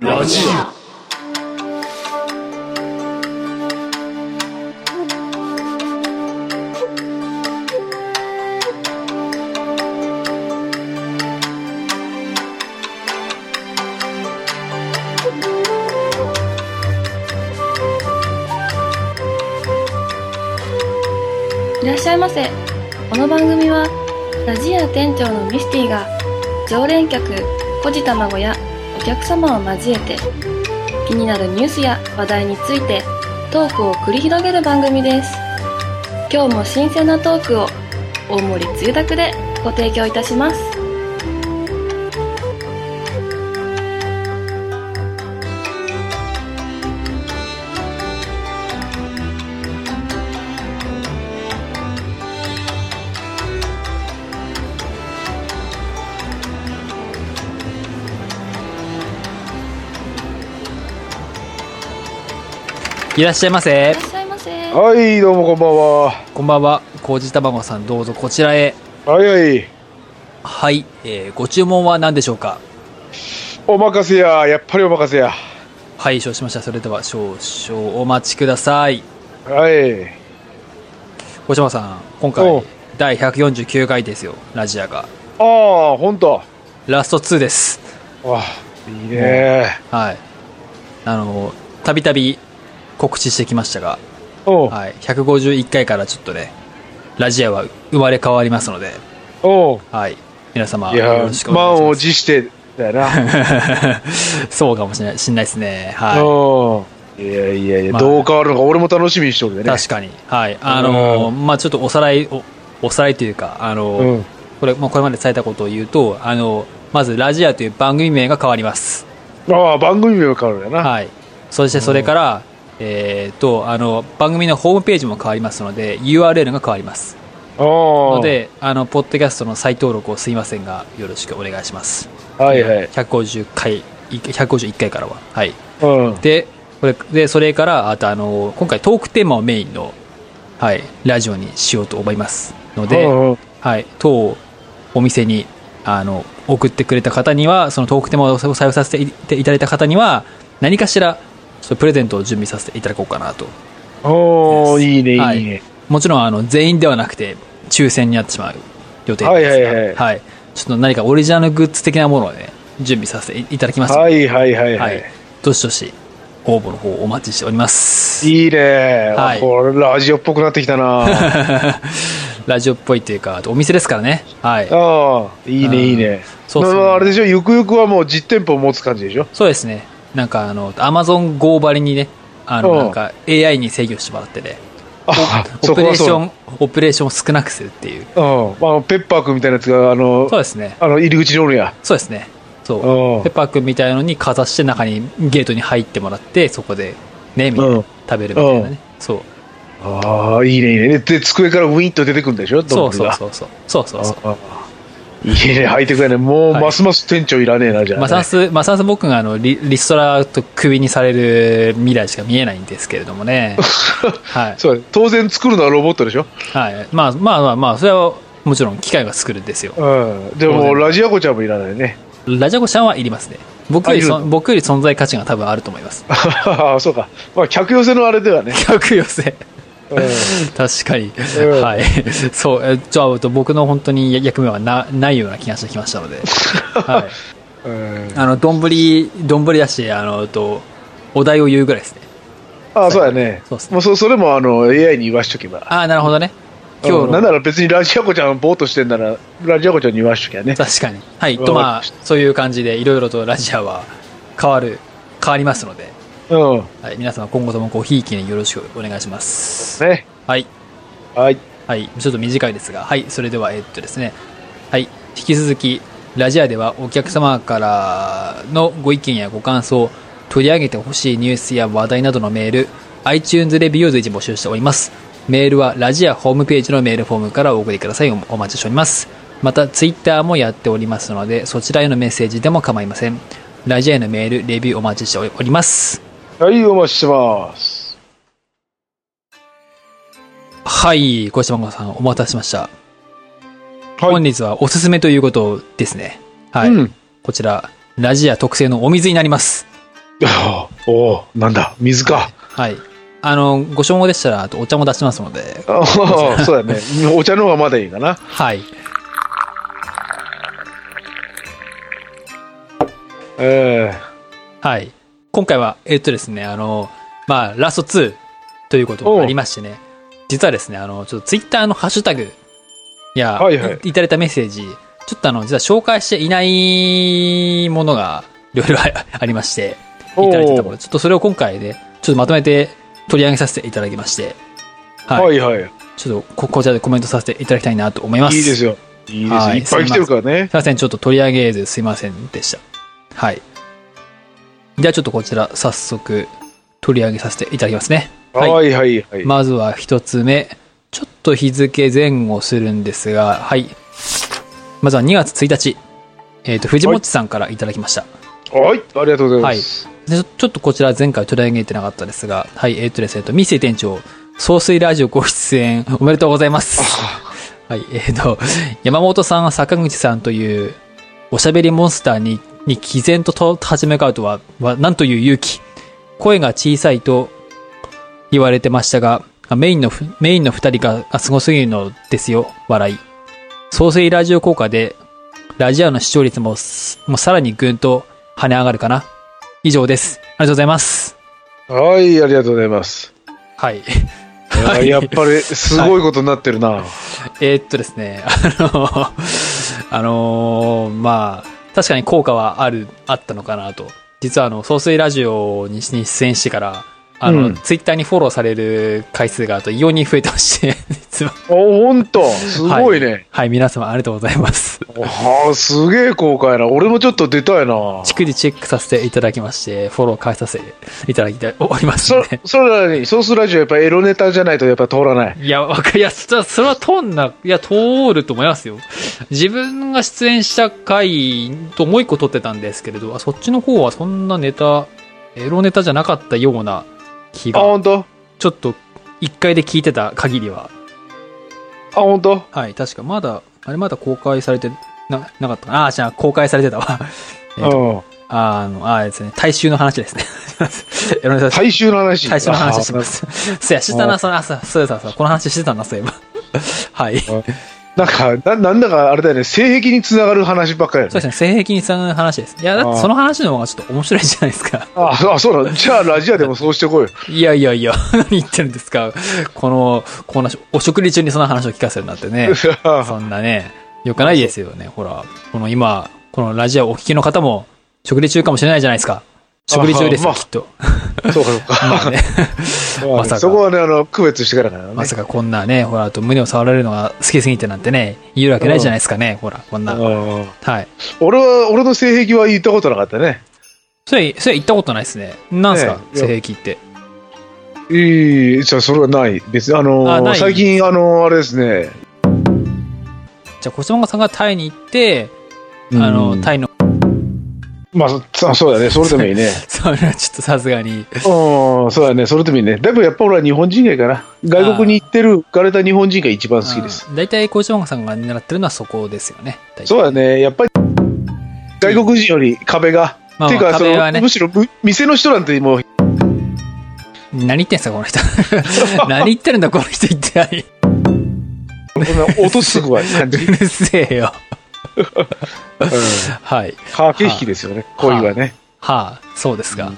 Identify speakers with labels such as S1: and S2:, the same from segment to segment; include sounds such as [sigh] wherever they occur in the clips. S1: ラジ
S2: いらっしゃいませこの番組はラジア店長のミスティが常連客コジ卵やお客様を交えて気になるニュースや話題についてトークを繰り広げる番組です今日も新鮮なトークを大盛りつゆだくでご提供いたします
S3: いらっしゃいま
S2: い
S3: せ
S2: らっ。しゃいませ
S1: はい、どうもこんばんは。
S3: こんばんは。麹卵さん、どうぞこちらへ。
S1: はいはい。
S3: はい、えーご注文は何でしょうか
S1: お任せや、やっぱりお任せや。
S3: はい、承知しました。それでは少々お待ちください。
S1: はい。
S3: 麹卵さん、今
S1: お
S3: 回
S1: う、
S3: 第149回ですよ、ラジアが。
S1: ああ、ほんと。
S3: ラスト2です。
S1: ああ、いいね。
S3: はい。あの、たびたび告知してきましたが、
S1: おう
S3: はい、151回からちょっとね、ラジアは生まれ変わりますので、
S1: お
S3: はい。皆様、
S1: うい
S3: よ
S1: や
S3: ろし、くお願いし
S1: 満
S3: ま
S1: を
S3: す。
S1: 持してだよな。
S3: [laughs] そうかもしれないしんないですね。はい。
S1: うん。いやいやいや、
S3: まあ
S1: どう変わるのか俺も楽しみにしておるんでね。
S3: 確かに、はいあのーまあ、ちょっとおさらいおおさらいというか、あのー
S1: うん。
S3: これまあこれまで伝えたことを言うと、あのーまず「ラジア」という番組名が変わります、
S1: ああ、番組名も変わるんだよな。
S3: はい、そしてそれから、えー、とあの番組のホームページも変わりますので URL が変わります
S1: お
S3: の
S1: う
S3: であのポッドキャストの再登録をすいませんがよろしくお願いします
S1: はいはい。
S3: 150回い151回からははい
S1: うん。
S3: でこれでそれからあとあのー今回トークテーマをメインの、はい、ラジオにしようと思いますので、
S1: うんうん
S3: はい、当お店にあの送ってくれた方にはそのトークテーマを採用させていいただいた方には何かしらそのプレゼントを準備させていただこうかなと
S1: おう
S3: です
S1: いいね、いい
S3: はい
S1: ね。
S3: もちろんあの全員ではなくて抽選になってしまう予定ですが、
S1: はいはいはい
S3: ちょっと何かオリジナルグッズ的なものをね準備させていただきますので、
S1: はいはいはいは
S3: はいい。、どしどし応募の方お待ちしております
S1: いいね。
S3: はい
S1: これ、ラジオっぽくなってきたな。
S3: [laughs] ラジオっぽいというかあとお店ですからねはい
S1: ああ、いいね、
S3: うん
S1: いいね。
S3: そうそう
S1: あのあれでしょ、ゆくゆくはもう実店舗を持つ感じでしょ。
S3: そうですねなんかあのアマゾン GO ばりにねあの
S1: うん
S3: なんか AI に制御してもらってね
S1: あ
S3: オペレーショ
S1: う。
S3: ンオペレーションを少なくするっていう
S1: うん、あのペッパー君みたいなやつがあの
S3: そうですね
S1: あの入り口におるんや。
S3: そうですねそう
S1: うん
S3: ペッパーくんみたいのにかざして中にゲートに入ってもらってそこでねみたいな、
S1: うん
S3: 食べるみたいなね、そう
S1: ああ、いいね、いいね。でで、机からウィンと出てくるんでしょ、
S3: そう
S1: 丼
S3: そう
S1: が
S3: そうそうそうそうそう
S1: ああいいね、ハイテクやね。もう、
S3: はい
S1: ますます店長いらねえな、じゃあ、ね。
S3: まさす、まさす僕があのリリストラとクビにされる未来しか見えないんですけれども
S1: [laughs]
S3: ね。はい。
S1: [laughs] そう当然作るのはロボットでしょ。
S3: はい。まあまあまあまあ、それはもちろん機械が作るんですよ。
S1: うん。で
S3: 当
S1: も、
S3: 然
S1: ラジアコちゃんもいらないね。 [laughs]
S3: ラジャコちゃんはいりますね。僕より
S1: あい
S3: そ
S1: る
S3: 僕より存在価値が多分あると思い
S1: [laughs]
S3: ます。
S1: ああ、そうか。まあ、客寄せのあれではね。
S3: 客寄せ。
S1: うん、
S3: 確かに。
S1: うん
S3: はい。 [laughs] そう、えじゃあ、僕の本当に役目はなないような気がしてきました
S1: [laughs]
S3: ので。はい。
S1: うん
S3: あの、丼、丼だし、あの、と、お題を言うぐらいですね。
S1: ああ、そうやね。
S3: そうっすね
S1: もうそそれもあの AI に言わしとけば。
S3: ああ、なるほどね。今
S1: 今
S3: 日
S1: 日
S3: の
S1: なんなら別にラジアコちゃんぼーっとしてんなら、ラジアコちゃんに言わしときゃね。
S3: 確かに。はい。
S1: わかりました
S3: と、まあ、そういう感じで、いろいろとラジアは変わる、変わりますので、
S1: うん。
S3: はい。皆様、今後ともごひいきによろしくお願いします。
S1: ね。
S3: はい。
S1: はい。
S3: はい。ちょっと短いですが、はい。それでは、えっとですね、はい。引き続き、ラジアではお客様からのご意見やご感想、取り上げてほしいニュースや話題などのメール、iTunes レビューを随時募集しております。メールはラジアホームページのメールフォームからお送りください。おお待ちしております。また、Twitter もやっておりますので、そちらへのメッセージでも構いません。ラジアへのメール、レビューお待ちしております。
S1: はい、お待ちしてます。
S3: はい。小島さん、お待たせしました。
S1: はい
S3: 本日はおすすめということですね。はい。
S1: うん
S3: こちら、ラジア特製のお水になります。
S1: お [laughs] おうなんだ、水か。
S3: はい。あの、ご所望でしたら、あとお茶も出しますので、[laughs]
S1: あーそうだね。お茶の方がまだいいかな。
S3: はい。
S1: え
S3: はい。今回は、えっとですね、あの、まあ、ラスト2ということもありましてね、実はですね、あの、ちょっとツイッターのハッシュタグや、
S1: はいはい
S3: いただいたメッセージ、ちょっとあの、実は紹介していないものが、いろいろあありまして、
S1: え
S3: いただいてたも
S1: お
S3: の、ちょっとそれを今回で、ちょっとまとめて取り上げさせていただきまして、
S1: ー
S3: はい。
S1: はいはい。い
S3: ちょっとこ、こちらでコメントさせていただきたいなと思います。
S1: いですよ。いいですよ。
S3: はい
S1: いっぱい来てるからね
S3: すい。ません、ちょっと取り上げずすいませんでした。はい。ではちょっとこちら、早速、取り上げさせていただきますね。はい
S1: はいはいはい。
S3: まずは一つ目。ちょっと日付前後するんですが、はい。まずは2月1日。えっ、と、藤本さんからいただきました。
S1: はい、ありがとうございます。
S3: でちょちょっとこちら前回取り上げてなかったですが、はい、えっ、とですね、えっとミッセイ店長、総水ラジオご出演 [laughs] おめでとうございます。はい、えっ、と、山本さん、坂口さんというおしゃべりモンスターに、に毅然とと立ち向かうとは、は、なんという勇気。声が小さいと言われてましたが、メインのふ、メインの二人があすごすぎるのですよ、笑い。総水ラジオ効果で、ラジオの視聴率もす、もうさらにぐんと跳ね上がるかな。以上です。ありがとうございます。
S1: はい、ありがとうございます。
S3: はい。 [laughs]
S1: あやっぱりすごいことになってるな。
S3: えーっとですね、 [laughs] あの、あのーまあ、確かに効果はある、あったのかなと。実はあの、総水ラジオにに出演してから、あの、
S1: うん
S3: ツイッターにフォローされる回数があと異様に増えてまして、 [laughs] 実は。
S1: お、ほんと、すごいね。
S3: はい、皆様ありがとうございます。
S1: ああ、すげえ後悔な。俺もちょっと出たいな。
S3: 逐次チェックさせていただきまして、フォロー返させていただいております
S1: そ
S3: ので、。
S1: それなのに、ソースラジオやっぱエロネタじゃないとやっぱ通らない。
S3: いや、わかいや、そそれは通んな、いや、通ると思いますよ。自分が出演した回ともう一個撮ってたんですけれど、あそっちの方はそんなネタ、エロネタじゃなかったような気
S1: あ、
S3: が、
S1: ほんと
S3: ちょっと一回で聞いてた限りは、
S1: あ、ほんと
S3: はい、確かまだ、あれまだ公開されてな、なかったかな。あ、じゃあ公開されてたわ。 [laughs] えっと
S1: うん。
S3: ああの、あですね、大衆の話ですね。 [laughs] エロネタ
S1: 大衆の話。
S3: 最初の話してます。 [laughs] そうや、してたな、その、あ、そうそうそうそう、この話してたな、そういえば。 [laughs] はい。そ
S1: あーなんかな、なんだかあれだよね、性癖につながる話ばっかりや
S3: う
S1: ね
S3: ですね、性癖につながる話です。いや、だっ
S1: あ
S3: て
S1: ー
S3: その話の方がちょっと面白いじゃないですか。
S1: ああ、そうなの。じゃあ、ラジアでもそうしてこいよ。
S3: [laughs] いやいやいや、 [laughs] 何言ってるんですか。この、こんな、お食事中にその話を聞かせるなんてね。そんなね、よくないですよね。ほら、この今、このラジオをお聞きの方も、食事中かもしれないじゃないですか。食事中です
S1: あ
S3: よ、
S1: まあ
S3: きっと。
S1: [laughs] そうか、そうか。
S3: まあね、まさか
S1: そこはね、あの、区別してからだから
S3: [laughs]
S1: ね。
S3: まさかこんなね、ほら、あと胸を触られるのが好きすぎてなんてね、言うわけないじゃないですかね。ほら、こんな。
S1: うん
S3: はい。
S1: 俺は、俺の性癖は言ったことなかったね。
S3: それ、それ行ったことないですね。なんすか、
S1: ええ
S3: 性癖って。
S1: いい、じゃあそれはない。別に、あの
S3: あない
S1: 最近、あのあれですね。
S3: じゃあ、コシモンガさんがタイに行って、あ
S1: う
S3: の、
S1: ん
S3: タイの、 [laughs]
S1: まあそ、そうだね、それでもいいね。
S3: それはちょっとさすがに、
S1: うん、そうだね、それでもいいね。だいぶやっぱ俺は日本人がいいかな。外国に行ってる、浮かれた日本人が一番好きです。
S3: うん大体、コシモンガさんが狙ってるのはそこですよね。大体
S1: そうだね、やっぱり、外国人より壁が。
S3: まあまあ
S1: ていうか、そ
S3: 壁は
S1: の、
S3: ね
S1: むしろ、む店の人なんてもう、
S3: 何言ってんすか、この
S1: [laughs]
S3: 人。何言ってるんだ、この人一体。
S1: こんな音すぐは感
S3: [laughs] う
S1: じ。うん
S3: るせえよ。はい。
S1: 駆け引きですよね、恋はね。
S3: はあ、そうです
S1: う
S3: が
S1: んい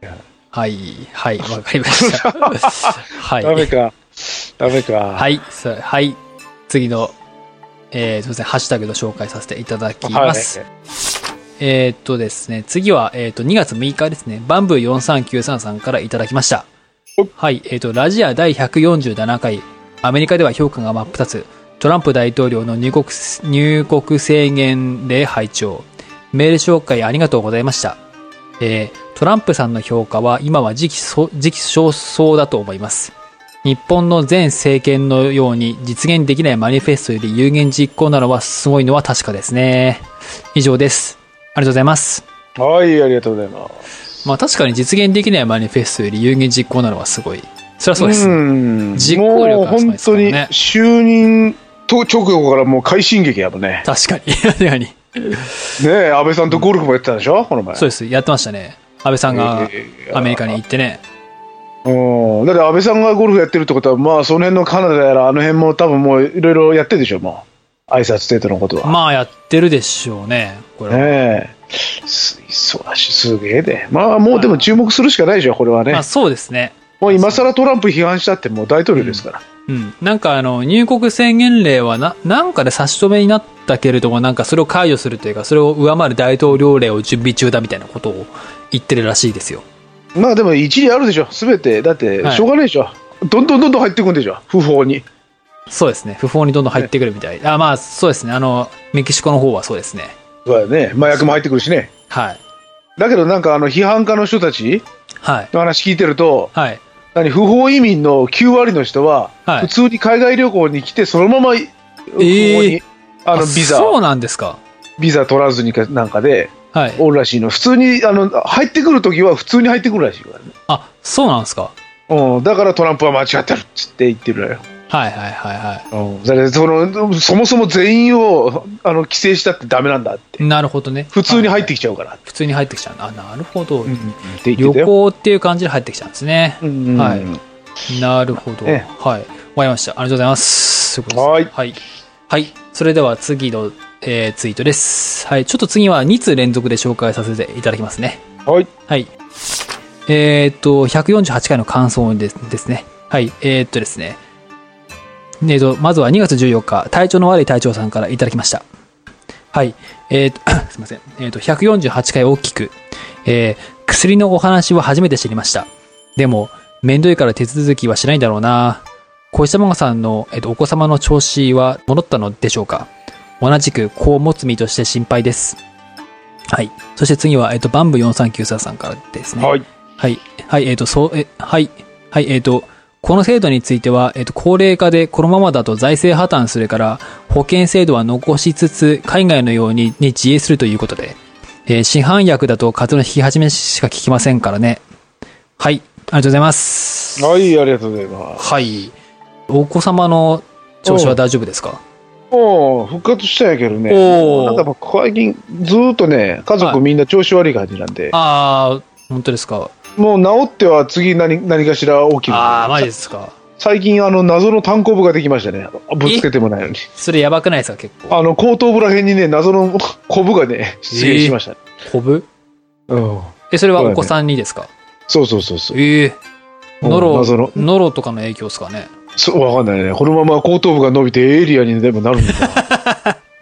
S1: や。
S3: はい、はい、わかりま
S1: [laughs]
S3: した。はい。
S1: ダメか。ダメか。。
S3: はいい、そはい、次の、えー、すみません、ハッシュタグの紹介させていただきます。
S1: はい
S3: えーっとですね、次は、えーっと、2月6日ですね、バンブー4393さんからいただきました
S1: お。
S3: はい、えーっと、ラジア第147回、アメリカでは評価が真っ二つ、トランプ大統領の入国、入国制限で拝聴メール紹介ありがとうございました。えートランプさんの評価は今は時期そ時期尚早だと思います。日本の前政権のように実現できないマニフェストより有言実行なのはすごいのは確かですね。以上です。ありがとうございます。
S1: はい、ありがとうございます。
S3: まあ確かに実現できないマニフェストより有言実行なのはすごい。そりゃそうです。
S1: ん
S3: 実行力
S1: もう
S3: がすごい
S1: 本
S3: ですか
S1: 当
S3: らね
S1: に就任と直後からもう快進撃やもんね。
S3: 確かに。確かに。 [laughs]
S1: ねえ安倍さんとゴルフもやってたでしょ、この前。
S3: そうです。やってましたね。安倍さんが
S1: えー
S3: アメリカに行ってね、
S1: うん、だって安倍さんがゴルフやってるってことは、まあ、その辺のカナダやら、あの辺も多分もういろいろやってるでしょ、もう、挨拶程度のことは。
S3: まあやってるでしょうね、これは。
S1: ねえ、す忙しい、すげえで、まあ、もうでも注目するしかないでしょ、これはね
S3: まあ、そうですね。
S1: もう今更トランプ批判したって、もう大統領ですから、
S3: うん。なんかあの、入国制限令はな、なんかで差し止めになったけれども、なんかそれを解除するというか、それを上回る大統領令を準備中だみたいなことを言ってるらしいですよ。
S1: まあでも一理あるでしょ、すべて、だって
S3: はい
S1: しょうがないでしょ、どんどんどんどん入ってくんでしょ、不法に。
S3: そうですね。不法にどんどん入ってくるみたい。あ、まあ、そうですね。あの、メキシコの方はそうですね。
S1: そうだよね、麻薬も入ってくるしね。
S3: はい。
S1: だけどなんかあの批判家の人たち
S3: はい。
S1: の話聞いてると、
S3: はい。
S1: 何不法移民の9割の人は、
S3: はい
S1: 普通に海外旅行に来て、そのまま不法に、あのビザ
S3: そうなんですか。
S1: ビザ取らずにかなんかで、
S3: はい。
S1: おるらしいの、普通にあの入ってくるときは普通に入ってくるらしいからね、
S3: あ、そうなんですか。
S1: うん、だからトランプは間違ってるっつって言ってるのよ、
S3: はいはいはいは
S1: うん、だからそのそもそも全員をあの規制したってダメなんだって、
S3: い。なるほどね。
S1: 普通に入って
S3: き
S1: きちゃうからっ
S3: 普通に入ってきちゃう。あ、なるほど。
S1: て
S3: 旅
S1: 言ってたよ。
S3: 行っていう感じで入ってきちゃうんですね。
S1: うん
S3: はいなるほど。
S1: え
S3: はい。わかりました。ありがとうございます。そううこと
S1: は
S3: で
S1: い
S3: すはい。はい。それでは次の、えーツイートです。はい。ちょっと次は2通連続で紹介させていただきますね。
S1: はい、
S3: はい。えーっと、148回の感想ですですね。はい。えーっとですね。えーっと、まずは2月14日、体調の悪い隊長さんからいただきました。はい。えーっと、 [coughs] すいません。えーっと、148回大きく、えー薬のお話は初めて知りました。でも、面倒いから手続きはしないんだろうな。小石玉さんの、えーっと、お子様の調子は戻ったのでしょうか同じく、子を持つ身として心配です。はい。そして次は、えっ、と、バンブ4393さんからですね。
S1: はい、
S3: はい。はい、えっ、と、そう、え、はい。はい、えっ、と、この制度については、えっ、と、高齢化でこのままだと財政破綻するから、保険制度は残しつつ、海外のようにに自衛するということで、えー市販薬だと風邪の引き始めしか聞きませんからね。はい。ありがとうございます。
S1: はい、ありがとうございます。
S3: はい。お子様の調子は大丈夫ですか
S1: おお、復活したんやけどね、
S3: おー
S1: なんかもう最近、ずーっとね、家
S3: はい
S1: 族みんな調子悪い感じなんで、
S3: ああ、本当ですか。
S1: もう治っては次何、何かしら起きる。
S3: ああ、マジですか。
S1: 最近あの謎の単行部ができましたねぶつけてもないのに
S3: それやばくないですか、結構。
S1: あの後頭部らへんにね謎の [laughs] コブがね出現しましたね、
S3: こぶ
S1: うん
S3: え、それはお子さんにですか
S1: そうそうそうそう
S3: ええ
S1: うん
S3: ノロ
S1: 謎の、
S3: ノロとかの影響ですかね。
S1: そうわかんないねこのまま後頭部が伸びてエイリアンにでもなる
S3: [laughs]
S1: のか
S3: [laughs]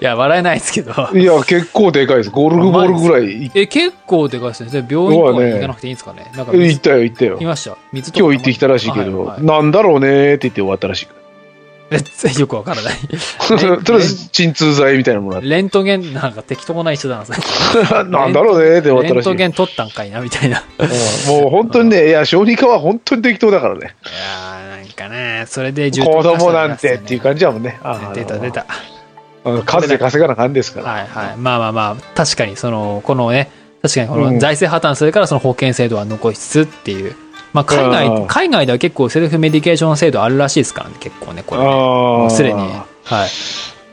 S3: いや、笑えないですけど。
S1: ないや結構でかいですゴルフボールぐらいい
S3: [laughs] え、結構でかいですね。それ病院とか
S1: そうだね
S3: 行かなくていいんですかね。なんか
S1: 行
S3: 水、
S1: ったよ行ったよ
S3: いました。水とか
S1: 今日行ってきたらしいけど、
S3: はいはい [laughs]
S1: なんだろうねーって言って終わったらしい
S3: よくわからない。
S1: とりあえず鎮痛剤みたいなもの
S3: レントゲンなんか適当な人だな、それ
S1: あってなんだろうねーって終わっ
S3: レ
S1: たら
S3: ン
S1: しい
S3: トゲン取ったんかいな、み [laughs] たいな。い
S1: うんもう本当にねいや小児科は本当に適当だからね
S3: やー、なんかね、それで重症化
S1: 子
S3: した
S1: 供
S3: ら
S1: なんてっていう感じだもんねあー
S3: 出た出た。
S1: うん数で稼がなあかんですから。
S3: はいはい。まあまあまあ、確かにその、このね、確かにこ
S1: う
S3: の
S1: ん
S3: 財政破綻するからその保険制度は残しつつっていう。まあ海
S1: う
S3: 外、
S1: ん
S3: 海外では結構セルフメディケーション制度あるらしいですからね、結構ね、これね。も
S1: あ
S3: う
S1: あ。
S3: すでに。はい。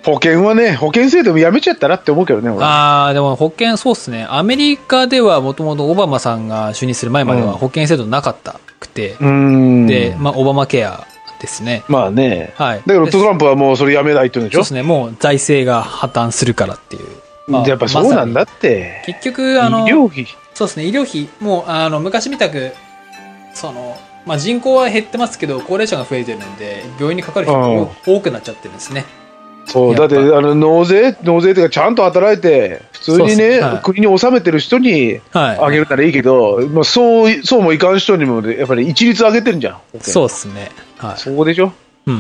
S1: 保険はね、保険制度もやめちゃったらって思うけどね、俺
S3: ああ、でも保険、そうっすね。アメリカではもともとオバマさんが就任する前までは
S1: うん
S3: 保険制度なかったくて、
S1: うーん。
S3: で、まあオバマケアですね。
S1: まあね。
S3: はい。
S1: だけど
S3: で
S1: トランプはもうそれやめないって言うんでし
S3: そう
S1: ょ
S3: ですね、もう財政が破綻するからっていう。まあ
S1: やっぱそうなんだ
S3: まさ
S1: って。
S3: に結局、あの、
S1: 医療費。
S3: そうですね、医療費、もう、あの、昔みたく、その、まあ、人口は減ってますけど、高齢者が増えてるんで、病院にかかる人
S1: うん
S3: も多多くなっちゃってるんですね。
S1: そう、だって、
S3: やっぱ
S1: あの、納税、納税っていうか、ちゃんと働いて、普通
S3: そう
S1: に
S3: そう
S1: ね
S3: はい、
S1: 国に納めてる人に
S3: はい。
S1: あげるならいいけど、まあそう、そうもいかん人にも、やっぱり一律あげてるじゃん。保険
S3: そうですね。はい。
S1: そうでしょ
S3: うん。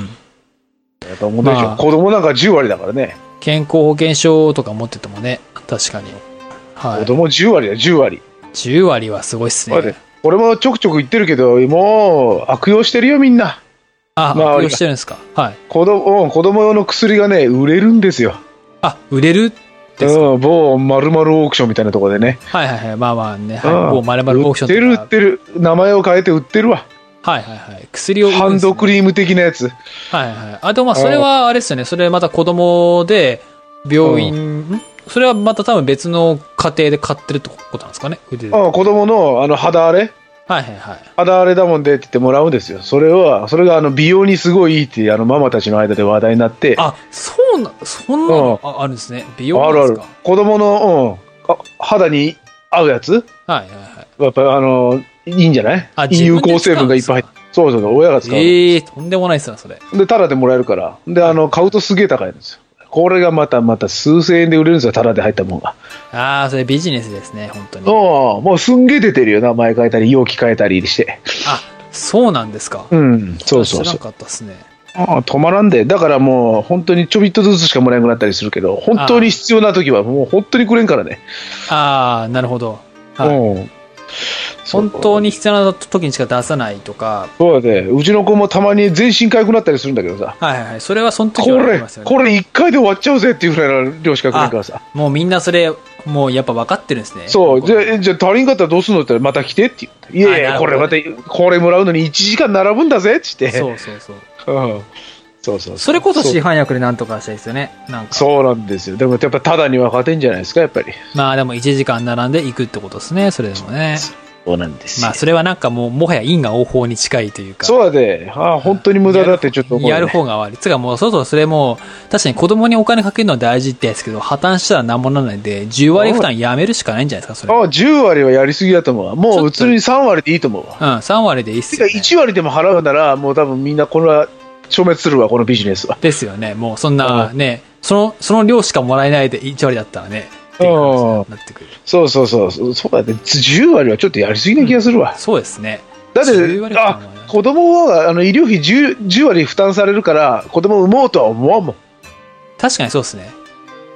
S1: やっぱ思うでし
S3: まあ
S1: ょ。子供なんか10割だからね。
S3: 健康保険証とか持っててもね、確かに。は
S1: 子
S3: い。
S1: 供10割だよ、10割。
S3: 10割はすごいっす
S1: まあね
S3: ね。
S1: 俺もちょくちょく言ってるけど、もう悪用してるよ、みんな。
S3: あ、
S1: まあ
S3: 悪用してるんですか。はい。
S1: 子供うん子供用の薬がね、売れるんですよ。
S3: あ、売れるですか
S1: うん、某まるオークションみたいなところでね。
S3: はいはいはい。まあまあね。
S1: うん
S3: はい。もう丸々オークションとか
S1: 売ってる、売ってる。名前を変えて売ってるわ。
S3: はいはいはい。薬を売るんです
S1: ハ
S3: ね
S1: ンドクリーム的なやつ。
S3: はいはい。あ、でもまあ、それはあれですよね。それまた子供で、病院、んそれはまた多分別の家庭で買ってるってことなんですかね腕では
S1: うん、子供のあの肌荒れ
S3: いはいはい。
S1: 肌荒れだもんでって言ってもらうんですよ。それは、それがあの美容にすごいいいって、あのママたちの間で話題になって、
S3: あ、そうな、そんなのああるんですね。美容
S1: あ
S3: なん
S1: る
S3: で
S1: あ
S3: す
S1: る
S3: か。
S1: 子供の、うん、あ肌に合うやつ
S3: はいはいはい。
S1: やっぱりあの、いいんじゃない
S3: あ
S1: 有効成分がいっぱい入ってそうそうそう、親が使うの。
S3: ええー、とんでもないっすな、それ。
S1: で、タダでもらえるから。で、あの、買うとすげえ高いんですよ。これがまたまた数千円で売れるんですよ、タダで入ったもんが。
S3: ああ、それビジネスですね、本当に。
S1: うん、もうすんげえ出てるよ、名前変えたり、容器変えたりして。
S3: あ、そうなんですか。
S1: うん、そうそう
S3: 知ら
S1: そ
S3: な
S1: う。
S3: かったっすね。
S1: ああ止まらんで、だからもう本当にちょびっとずつしかもらえなくなったりするけど、本当に必要な時はもう本当にくれんからね。
S3: ああ、なるほど。はい。
S1: うん。
S3: 本当に必要な時にしか出さないとか、
S1: そうだね。うちの子もたまに全身痒くなったりするんだけどさ。
S3: はいはいはい。それはその時
S1: こ
S3: はあり
S1: れ
S3: ます、よね。
S1: これ一回で終わっちゃうぜっていうぐらいの量しかくれんからさ。
S3: もうみんなそれ、もうやっぱ分かってるんですね。
S1: そう。
S3: こ
S1: じゃあ、えじゃあ足りんかったらどうすんのって言ったらまた来てって言って。いやい
S3: あ
S1: や、
S3: な
S1: これ
S3: るほ
S1: ま
S3: ど
S1: た、これもらうのに1時間並ぶんだぜって言って。
S3: そうそうそう。
S1: うんそうそうそう。
S3: それこそ
S1: そう
S3: 市販薬でなんとかしたいですよね。なんか。
S1: そうなんですよ。でもやっぱただには勝てんじゃないですか、やっぱり。
S3: まあでも1時間並んでいくってことですね、それでもね。
S1: そうなんですよ
S3: まあそれはなんかもう、もはや因果応報に近いというか。
S1: そうだね。ああ、本当に無駄だってちょっと思う、ね。
S3: やる方が悪い。つうかもうそろそろそれもう、確かに子供にお金かけるのは大事ってやつけど、破綻したら何もならないんで、10割負担やめるしかないんじゃないですか、それ。
S1: ああ、10割はやりすぎだと思うわ。もう普
S3: ちょっと
S1: 通に3割でいいと思う
S3: う
S1: わ。
S3: ん、3割でいいっす
S1: てか
S3: よ、ね。
S1: 1割でも払うなら、もう多分みんなこれは消滅するわ、このビジネスは。
S3: ですよね。もうそんなね、その、その量しかもらえないで1割だったらね、っていう話になってくる。
S1: そうそうそう。そうそうだね。10割はちょっとやりすぎな気がするわ。
S3: そうですね。
S1: だって
S3: 10割負、担はね
S1: あ、子供はあの医療費 10, 10割負担されるから、子供を産もうとは思わんもん。
S3: 確かにそうですね。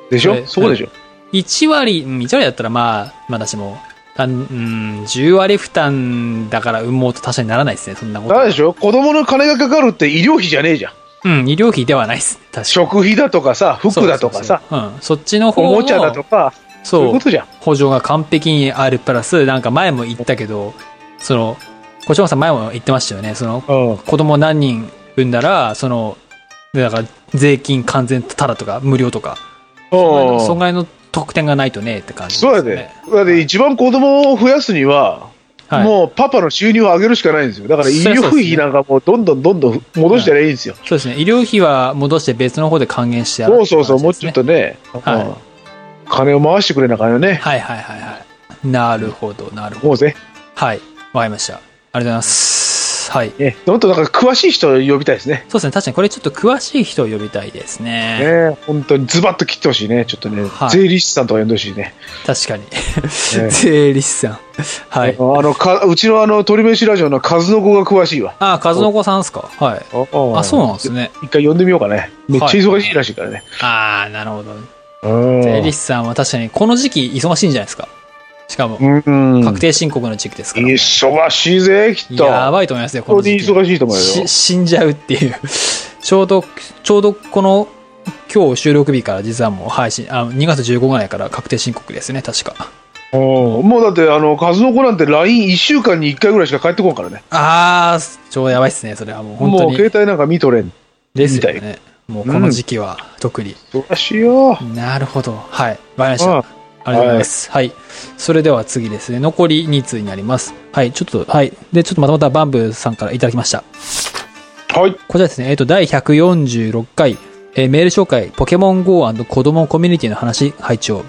S1: でし
S3: そ
S1: ょ
S3: れ
S1: そうでしょ、
S3: 1割、うん、1割だったらまあ、まだしも、たんうん、10割負担だから産もうと確かにならないですね、そんなことは。
S1: なんでしょ子供の金がかかるって医療費じゃねえじゃん。
S3: うん、医療費ではないですね、確かに。
S1: 食費だとかさ、服だとかさ、
S3: そうそうそううん、そっちの方
S1: お
S3: の
S1: もちゃだとか、そういう
S3: そ
S1: こ
S3: う
S1: とじゃん。
S3: 補助が完璧にあるプラスなんか前も言ったけどその小島さん前も言ってましたよねその
S1: うん。
S3: 子供何人産んだらそのだから税金完全タダとか無料とかそんぐらいの特典がないとねって感じです
S1: そう
S3: ね
S1: やで。だって一番子供を増やすには、
S3: はい、
S1: もうパパの収入を上げるしかないんですよ。だから医
S3: そりゃ
S1: 療
S3: そうですね
S1: 費なんかもうどんどんどんどん戻したらいいんですよ。
S3: そうですね医療費は戻して別の方で還元してやる
S1: そうそうそう、もう
S3: って
S1: ち
S3: い
S1: ょっ
S3: 感じですね
S1: とね、
S3: はい
S1: うん金を回してくれなあかんよね。
S3: はいはいはいはいなるほどなるほど
S1: もうぜ。
S3: はいわかりましたありがとうございますはい
S1: ね、どんどんなんか詳しい人を呼びたいですね。
S3: そうですね、確かにこれちょっと詳しい人を呼びたいですね。
S1: ね本当にズバッと切ってほしいね。ちょっとね、
S3: はい
S1: 税理士さんとか呼んでほしいね。
S3: 確かに。 [laughs] 税理士さん。はい
S1: あ。のかうちのあの鳥飯ラジオの数の子が詳しいわ。
S3: あ、数の子さんですかはい。
S1: あ
S3: あ、そうなんですすね。
S1: 一回呼んでみようかね。めっちゃ忙しいらしいからね。
S3: あー、なるほど。
S1: うん
S3: 税理士さんは確かにこの時期忙しいんじゃないですか。しかも、
S1: うん。
S3: 確定申告の時期ですから。
S1: 忙しいぜ、きっと。
S3: やばいと思いますよ、こ
S1: 本
S3: の
S1: 当
S3: 時
S1: に
S3: 期。
S1: 忙しいと思うよ。
S3: し死んじゃうっていう。 [laughs] ちょうど、ちょうどこの、今日収録日から実はもう配信、あ2月15ぐらいから確定申告ですね、確か。
S1: おーもうだってあの数の子なんて LINE1 週間に1回ぐらいしか帰ってこんからね
S3: あー、ちょうどやばいっすね、それはもう本当
S1: もう
S3: に。
S1: 携帯なんか見とれん
S3: ですよ
S1: み
S3: ね。もうこの時期は特に。
S1: そうらしいよ
S3: なるほど。はい。わかりまし
S1: うん
S3: た。ありがとうございます。はい。それでは次ですね。残り2通になります。はい。ちょっと、はい。で、ちょっとまたまたバンブーさんからいただきました。
S1: はい
S3: こちらですね。えっ、と、第146回、えーメール紹介、ポケモン GO& 子供コミュニティの話、拝聴。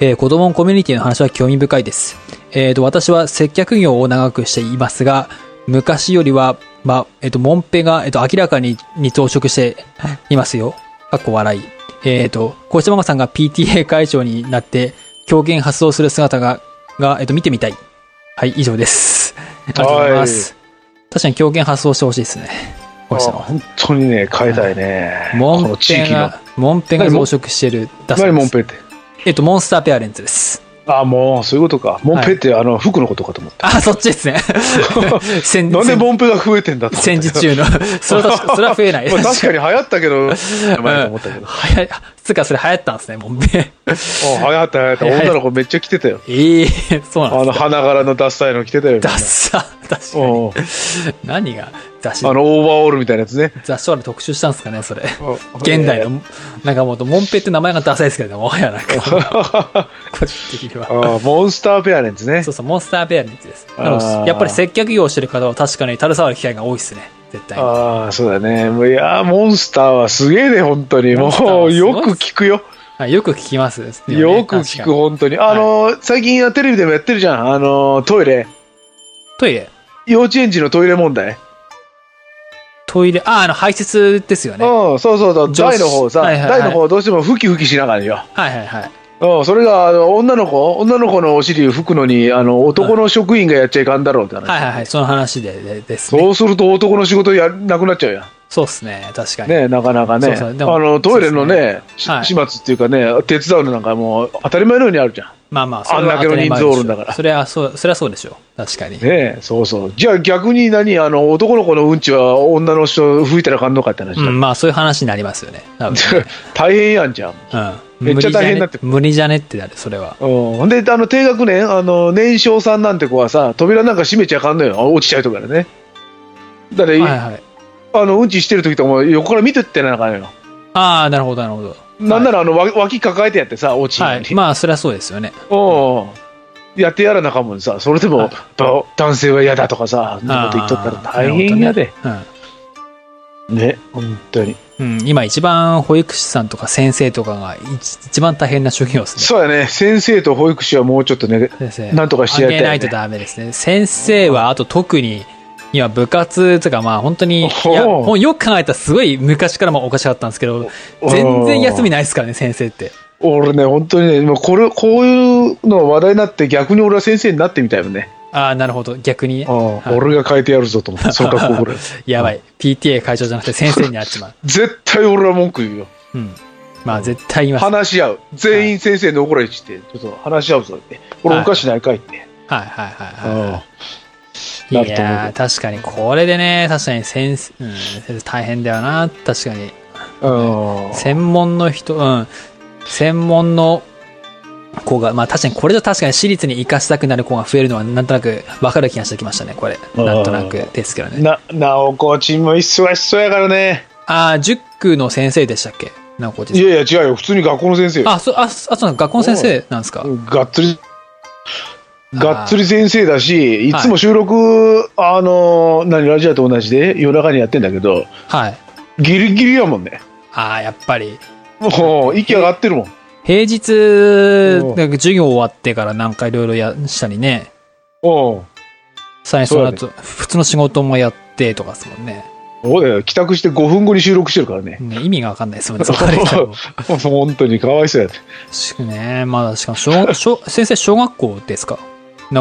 S3: えー子供コミュニティの話は興味深いです。えっ、と、私は接客業を長くしていますが、昔よりは、まあ、えっ、と、モンペが、えっ、と、明らかに、に増殖していますよ。かっこ笑い。えっ、と、小島さんが PTA 会長になって、狂言発動する姿が、が、えっ、と、見てみたい。はい、以上です。ありがとうございます。確かに狂言発動してほしいですね。
S1: あ
S3: 小島さんは。
S1: 本当にね変えたいね
S3: モ
S1: この
S3: ン
S1: 地
S3: ペ
S1: 域の
S3: が、モンペが増殖してる、だそう
S1: 何
S3: で
S1: モン
S3: す。
S1: ペって
S3: えっと、モンスターペアレンツです。
S1: あもうそういうことかモンペって、あの服のことかと思った
S3: あ、そっち
S1: [laughs]
S3: ですね。先
S1: なんで
S3: 先
S1: モンペが増えてんだと思った [laughs]
S3: 戦時中の。それは確か、それは増えない。 [laughs]
S1: まあ確かに流行ったけどやばいと
S3: うん
S1: 思ったけど
S3: はや、つうか、それ流行ったんですね、もん
S1: [laughs]
S3: べ。
S1: あ流行った流行った。
S3: 流行った
S1: 女の子めっちゃ着てたよ。
S3: ええそうなんで
S1: あ
S3: すか。
S1: の、花柄のダッサいの着てたよ。みんな
S3: ダッサ、確か
S1: おう
S3: に。何が、雑誌
S1: あ、の、オーバーオールみたいなやつね。
S3: 雑誌から特集したんですかね、それ。
S1: お
S3: 現代
S1: [laughs]
S3: の、なんかもう、モンペって名前がダサいですけどね、もはやなんか、個人的には。
S1: あモンスターペアレンツ
S3: [laughs]
S1: ね
S3: そう。そう、モンスターペアレンツです。な
S1: あ
S3: の
S1: ー
S3: でやっぱり接客業をしてる方は確かに垂れ触る機会が多いですね、絶対に。
S1: ああ、そうだね。もういやー、モンスターはすげえね、本当に。
S3: モ
S1: も
S3: ンスターは
S1: う、
S3: すごい
S1: よく聞くよ。
S3: はいよく聞きますね、
S1: よく
S3: 確
S1: 聞
S3: か
S1: く、
S3: に。
S1: 本当に。あのー、最近はテレビでもやってるじゃん。あのー、トイレ。
S3: トイレ、
S1: 幼稚園児のトイレ問題。
S3: トイレ、あ、あの、排泄ですよね。は
S1: うん、そうそうそう。
S3: 女子
S1: 台の方さ、
S3: はいはいはい
S1: 台の方どうしてもふきふきしながらよ。
S3: いはいはい。
S1: うん、それが、あの、女の子、女の子のお尻拭くのに、あの、男の職員がやっちゃいかんだろうって話。
S3: はいはいはい、その話ででですね。
S1: そうすると男の仕事やなくなっちゃうやん。
S3: そうですね、確かに。
S1: ねなかなかね。
S3: そうそうでも
S1: あの、トイレの
S3: そう
S1: ね、し
S3: すねはい
S1: 始末っていうかね、手伝うのなんかもう当たり前のようにあるじゃん。
S3: まあまあ、
S1: あんだけの人数おるんだから
S3: それは当たり前でしょそれはそう、それはそうでしょう。確かに。
S1: ねえ、そうそう。じゃあ逆に何、あの、男の子のうんちは女の人吹いたらあかんのかって話だ。
S3: うん、まあそういう話になりますよね。多分。
S1: [laughs] 大変やんじゃん。
S3: うん。
S1: めっちゃ大変になってく
S3: 無理じゃね無理じゃねってなる、それは。
S1: うん、ほんで、あの、低学年、あの、年少さんなんて子はさ、扉なんか閉めちゃあかんのよ。あ落ちちゃうとからね。だっ
S3: は
S1: て、
S3: いはい。
S1: あの、うんちしてる時とかも横から見てってなあかんのよ。
S3: ああ、なるほど、なるほど。
S1: なんなら、あの、わ脇抱えてやってさ、落ち
S3: は
S1: ない
S3: い。まあ、それはそうですよね。
S1: おやってやらなかもんさ、それでも、
S3: はい
S1: ば男性は嫌だとかさ、そんなこと言っとったら大変やで。
S3: あー。なるほどね
S1: ね、本当に。
S3: うん。うん。今、一番保育士さんとか先生とかが一一番大変な職業ですね。
S1: そうやね、先生と保育士はもうちょっとね、
S3: 先生。
S1: なんとかしてやり
S3: 上げ
S1: たい、ね。
S3: ないとダメですね。先生は、あと特に、今部活とか、まあ本当に、い
S1: ほう
S3: や、もうよく考えたらすごい昔からもおかしかったんですけど、全然休みないですからね、先生って。
S1: 俺ね、本当にね、もうこれ、こういうの話題になって、逆に俺は先生になってみたいもんね。
S3: ああ、なるほど。逆にね
S1: う。ん俺が変えてやるぞと
S3: [laughs]
S1: 思って、その格好これ。
S3: やばい。PTA 会長じゃなくて先生になっちまう。
S1: 絶対俺は文句言うよ。
S3: うん。まあ絶対言います。はい
S1: 話し合う。全員先生の怒られちって、ちょっと話し合うぞって。俺おかしないかいって。
S3: はいはいは
S1: うん
S3: い。い
S1: なると思うけど
S3: やー確かにこれでね、確かに先生、うん、先生大変だよな。確かに。
S1: うん
S3: 専門の人、うん。専門の子が、まあ確かにこれじゃ確かに私立に生かしたくなる子が増えるのはなんとなく分かる気がしてきましたね、これ。なんとなくですけどね。
S1: な、なおコーチも忙しそうやからね。
S3: ああ、塾の先生でしたっけなおこち
S1: い
S3: さん。
S1: やいや、違うよ。普通に学校の先生よ。
S3: あ、そう、あ、そうあそうなん学校の先生なんですか
S1: がっつり、
S3: あー
S1: がっつり先生だし、いつも収録、あの、何、ラジオと同じで夜中にやってんだけど、
S3: はい。
S1: ギリギリやもんね。
S3: ああ、やっぱり。
S1: もう、息上がってるもん。
S3: 平日、なんか授業終わってからなんかいろいろやしたりね、
S1: うん。
S3: さらにその後、
S1: そ
S3: 普通の仕事もやってとかですもんね。
S1: そうだよ。帰宅して5分後に収録してるからね。
S3: ね意味がわかんないですもんね、そう考えたらもう
S1: もう [laughs] 本当にかわいそうやね。
S3: しかね、まだしかも
S1: [laughs]
S3: 小、小、先生、小学校ですか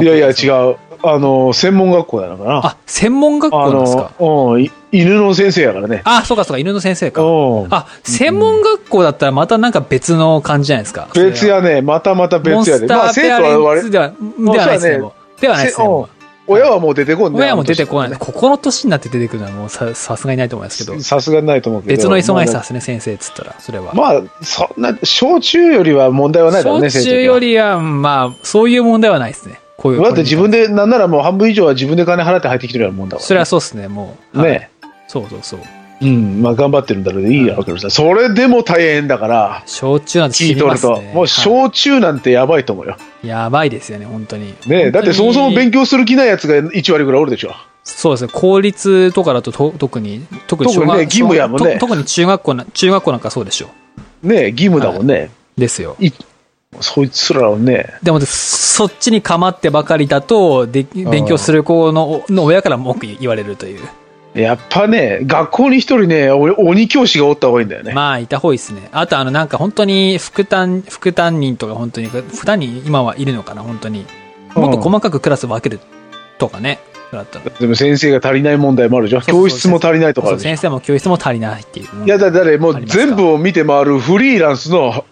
S1: いやいや、
S3: う。
S1: 違う。あの、専門学校やからな。
S3: あ、専門学校なんですか
S1: の、うん、い犬の先生やからね。
S3: あそうかそうか、犬の先生か。
S1: うん。
S3: あ、専門学校だったらまたなんか別の感じじゃないですか。
S1: 別やね、またまた
S3: それは。モン
S1: 別や
S3: ス
S1: で。
S3: タ
S1: まあ、
S3: ー
S1: 生
S3: ペア
S1: 徒は
S3: レ
S1: 我
S3: ンツでは、
S1: う
S3: ではないですね、
S1: そうだね
S3: もうではないですね、
S1: せうん
S3: もう
S1: 親はもう出てこんね
S3: 親も出てこない、
S1: あの
S3: ここの年になって出てくるのはもうささすがにないと思いますけど
S1: 年。さすがにないと思うけど。
S3: 別の忙しさですね、先生っつったら、それは。
S1: まあ。まあ、そんな、小中よりは問題はないだろうね、
S3: 小
S1: 生徒
S3: 中
S1: に
S3: よ
S1: は
S3: りは、まあ、そういう問題はないですね。こういう。
S1: だって自分
S3: で。
S1: で、なんならもう半分以上は自分で金払って入ってきてるようなもんだから、
S3: それはそうですね、もう。はい
S1: ね。
S3: そうそうそう。
S1: うん、まあ頑張ってるんだろうでいいやろうけどさ、それでも大変だから、
S3: 小中なんて
S1: 聞
S3: 知
S1: い
S3: り
S1: と
S3: ま
S1: る
S3: す、
S1: と、
S3: ね。
S1: もう
S3: は
S1: 小中なんてやばいと思うよ。
S3: いやばいですよね、本当に。
S1: ねだってそもそも勉
S3: 強。
S1: 強する気ないやつが1割ぐらいおるでしょ。
S3: そうですね、公立とかだとと特に、特に小学
S1: 特にね義務やもんね
S3: と特に中学校な、中学校なんかそうでしょ。
S1: ね義務だもんね。
S3: ですよ。
S1: いそいつらをね、
S3: でも、そっちに構ってばかりだと、で勉強する子のの親から文句言われるという。
S1: やっぱね、学校に一人ね、俺鬼教師がおった方がいいんだよね。
S3: まあ、いた方がいいですね。あと、あの、なんか本当に副担、副担任とか本当に、副担任今はいるのかな、本当に。もっと細かくクラス分けるとかね。そうだったら。
S1: でも先生が足りない問題もあるじゃん。
S3: そうそう
S1: 教室も足りないとかあ
S3: そう
S1: るじゃん
S3: 先生も教室も足りないっていう。
S1: いや、だ
S3: だ、
S1: 誰も
S3: あ
S1: う
S3: りますか
S1: 全部を見て回るフリーランスの
S3: そう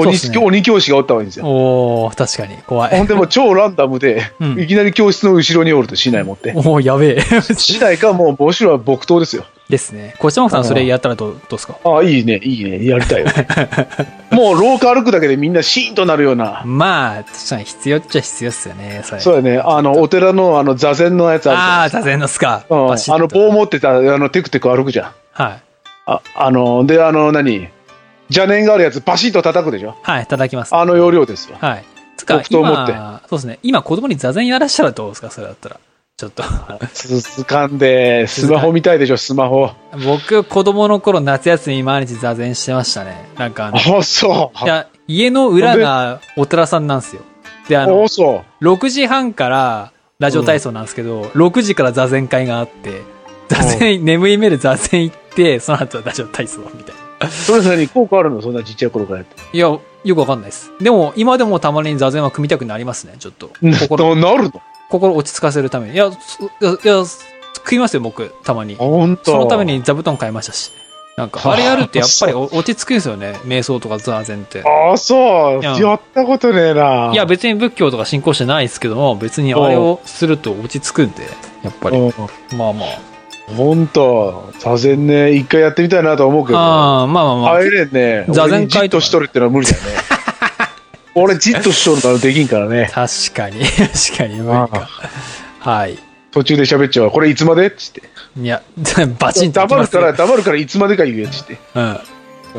S1: 鬼,、
S3: っすね
S1: 鬼教師がおった方がいいんですよ。
S3: おー、確かに、怖
S1: ほ
S3: い。
S1: んでもう超ランダムで、
S3: うん [laughs]
S1: いきなり教室の後ろにおると市内持って。
S3: おー、やべえ。
S1: 市内かもう、もちろん木刀ですよ。
S3: ですね。こちらもさん、それやったらどうどうですか
S1: ああ、いいね、いいね、やりたいよ。
S3: [laughs]
S1: もう廊下歩くだけでみんなシーンとなるような。
S3: まあ、確かに必要っちゃ必要っすよね、それ。
S1: そうだね、あの、お寺のあの座禅のやつ
S3: あ
S1: あ
S3: あ、座禅のスカ。
S1: るじゃん。うん、
S3: バシッと
S1: あの棒持ってた、あの、テクテク歩くじゃん。
S3: はい。
S1: あ、あの、で、あの、何邪念があるやつ、バシッと叩くでしょ
S3: はい、いただきます。
S1: あの要領ですよ。
S3: はい。つか、
S1: 僕と思って
S3: 今、そうですね。今、子供に座禅やらしたらどうですかそれだったら。ちょっと。 [laughs]
S1: つかんで、スマホ見たいでしょ、スマホ。
S3: 僕、子供の頃、夏休み毎日座禅してましたね。なんかあの、い
S1: あ、そう。
S3: や、家の裏がお寺さんなんですよ。で、あの
S1: あ、、そう。
S3: 6時半からラジオ体操なんですけど、6時から座禅会があって、座禅、眠い目で座禅行って、その後はラジオ体操みたいな。
S1: それぞれに効果あるのそんなちっちゃい頃からやって。
S3: いや、よくわかんないです。でも、今でもたまに座禅は組みたくなりますね、ちょっと。心、
S1: ななるの
S3: 心落ち着かせるために。いや、そいや、いや食いますよ、僕、たまに。
S1: 本当。
S3: そのため。に座布団買いましたし。なんか、
S1: はあ
S3: あれやるってやっぱりお落ち着くんですよね、瞑想とか座禅って。
S1: あ、そう。
S3: いや
S1: やったことねえな。
S3: いや、別に仏教とか信仰してないですけども、別にあれをすると落ち着くんで、やっぱり。
S1: う
S3: まあまあ。
S1: ん、本当。座禅ね、一回やってみたいなとは思うけど。
S3: ああ、まあまあまあ。
S1: 入れんね。
S3: 座禅
S1: 俺にじっとしとるってのは無
S3: [laughs]
S1: 理だよね。俺じっとしとるからできんからね。
S3: 確かに、 [laughs] 確かに、無理か。はい。
S1: 途中で喋っちゃうわ。これいつまでっつって。
S3: いや、 [laughs] バチンとき
S1: 黙
S3: ま
S1: る
S3: す
S1: から、
S3: ね。
S1: 黙るからいつまでか言えっつって。
S3: うん。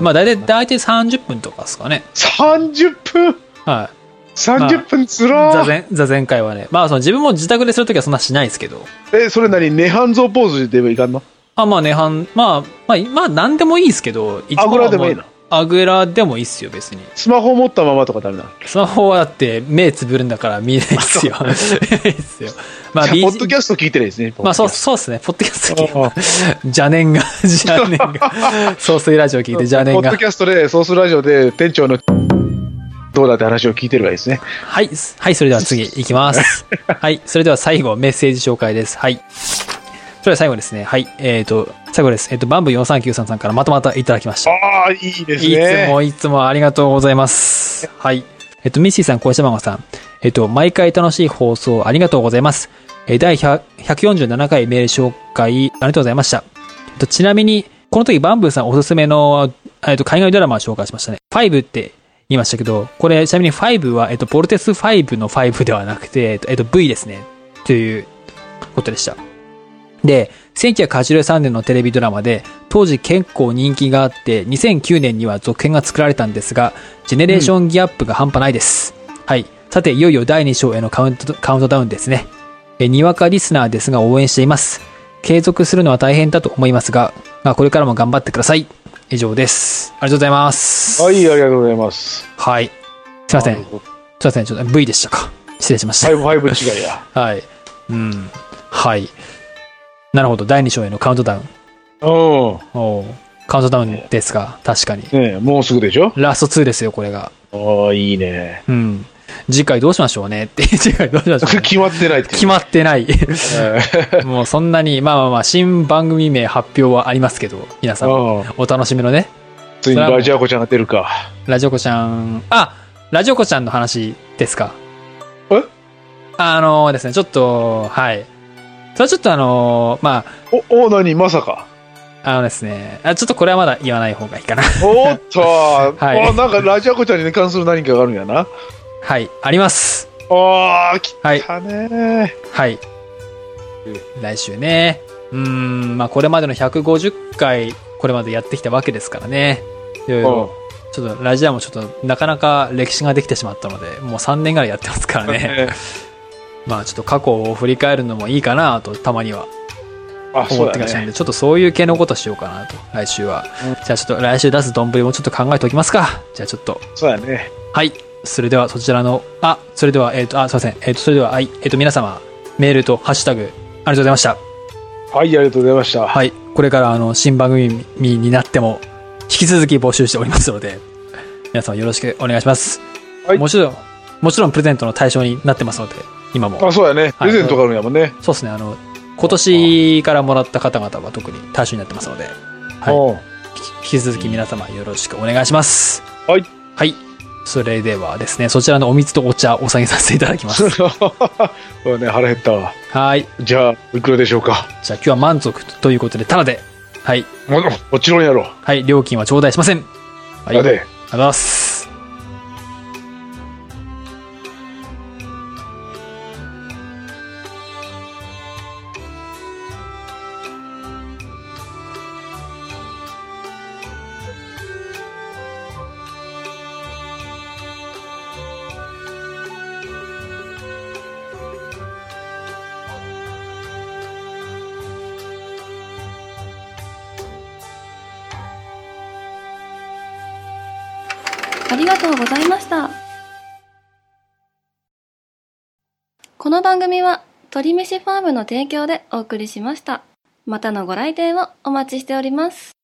S3: まあ、大体、大体30分とかですかね。
S1: 30分
S3: はい。
S1: !30 分つら
S3: 座
S1: ー、
S3: 禅、座禅会はね。まあ、その自分も自宅でするときはそんなしないですけど。
S1: え、それ何涅槃像ポーズでいかんの
S3: あ、まあね、はん、まあ、まあ、まあ、なんでもいいですけど、いつもは
S1: あぐらでもいいの
S3: うあぐらでもいいっすよ、別に。
S1: スマホ持ったままとかダメなの
S3: スマホはだって、目つぶるんだから見えないっすよ。 [laughs] 見えないっすよ。まあ、
S1: じゃあ
S3: B
S1: ポッドキャスト聞いてないですね。
S3: まあ、そう、
S1: す。
S3: そうですね。ポッドキャスト聞いて。 [laughs] 邪念が、邪念
S1: [laughs]
S3: が。創水ラジオ聞いて邪
S1: ポ
S3: 念
S1: ッ
S3: が
S1: ド。キャストで、ソースラジオで店長のどうだって話を聞いてるわけですね。
S3: はい。すはい、それでは次いき
S1: [laughs]
S3: ます。はい。それでは最後、メッセージ紹介です。はい。それでは最後ですね。はい。えっ、と、最後です。えっ、と、バンブ4393さんからまとまたいただきました。
S1: ああ、いいです
S3: い
S1: ね。
S3: つもいつもありがとうございます。はい。えっ、と、ミッシーさん、小石孫さん。えっ、と、毎回楽しい放送ありがとうございます。えー第100 147回メール紹介ありがとうございました。えっとちなみに、この時バンブーさんおすすめの、えっと、海外ドラマを紹介しましたね。5って言いましたけど、これちなみに5は、えっと、ボルテス5の5ではなくて、えっとえっと、V ですね。ということでした。で、1983年のテレビドラマで、当時結構人気があって、2009年には続編が作られたんですが、ジェネレーションギャップが半端ないです。はい。さて、いよいよ第2章へのカウントカウントダウンですね。えーにわかリスナーですが応援しています。継続するのは大変だと思いますが、まあ、これからも頑張ってください。以上です。ありがとうございます。
S1: はい、ありがとうございます。
S3: はい。すいません。すい
S1: フ
S3: ません。ちょっと V でしたか。失礼しました
S1: ァイ。ブファイブ違いや。
S3: はい。うん。はい。なるほど。第2章へのカウントダウン。
S1: う
S3: おーカウントダウンですが、確かに。
S1: ん。ねえもうすぐでしょ
S3: ラスト2ですよ、これが。
S1: ああ、いいね。
S3: うん。次回どうしましょうね [laughs] って。次回どうしましょう、ね、
S1: [laughs] 決まってないっていう
S3: 決。まって
S1: [laughs]
S3: ない。 [laughs]
S1: ええ
S3: もうそんなに、まあまあまあ、新番組名発表はありますけど、皆さん、
S1: [laughs] うん
S3: お楽しみのね、
S1: ついにラジアコちゃんが出るか。
S3: ラジオコちゃん、あラジオコちゃんの話ですか。
S1: え
S3: あのですね、ちょっと、はい。それはちょっとあの、ま
S1: お、お、何まさか。
S3: あ、あのですね、あちょっとこれはまだ言わない方がいいかな。 [laughs]
S1: おっと、
S3: い
S1: おなんかラジアコちゃんに関する何かがあるんやな。
S3: はい、あります。
S1: ああ、来
S3: はい、
S1: たね。
S3: はい。来週ね。うーん、まあこれまでの150回、これまでやってきたわけですからね。いろいろ
S1: うん
S3: ちょっとラジアもちょっとなかなか歴史ができてしまったので、もう3年ぐらいやってますから
S1: [laughs]
S3: ね。まあちょっと過去を振り返るのもいいかなとたまには
S1: あ、そ
S3: 思っ
S1: う
S3: て
S1: だ
S3: きましたん
S1: ね
S3: で、。ちょっとそういう系のことしようかなと、来週は。
S1: うん
S3: じゃあちょっと来週出す丼もちょっと考えておきますか。じゃあちょっと。
S1: そうだね。
S3: はい。それではそちらの、あ、それでは、えっ、と、あ、すいません。えっ、と、それでは、はい。えっ、と、皆様、メールとハッシュタグ、ありがとうございました。
S1: はい、ありがとうございました。
S3: はい。これから、あの、新番組になっても、引き続き募集しておりますので、皆様よろしくお願いします。
S1: はい
S3: もちろん、もちろんプレゼントの対象になってますので、今も。
S1: あ、そうやね。プ
S3: はい
S1: レゼントがあるんやもんね。
S3: そうですね、あの、今年からもらった方々は特に対象になってますので、はい
S1: うん
S3: 引き続き皆様よろしくお願いします。
S1: はい。 [laughs]
S3: はい。それではですね、そちらのお水とお茶お下げさせていただきます。
S1: [laughs] そうだね、腹減ったわ。
S3: はい。
S1: じゃあ、いくらでしょうか。
S3: じゃあ今日は満足ということで、ただで、はい。
S1: ももちろんやろう。
S3: はい。料金は頂戴しません。はい。
S1: や
S3: ありがとう
S1: で。
S3: ございます。
S2: ありがとうございました。この番組は鳥飯ファームの提供でお送りしました。またのご来店をお待ちしております。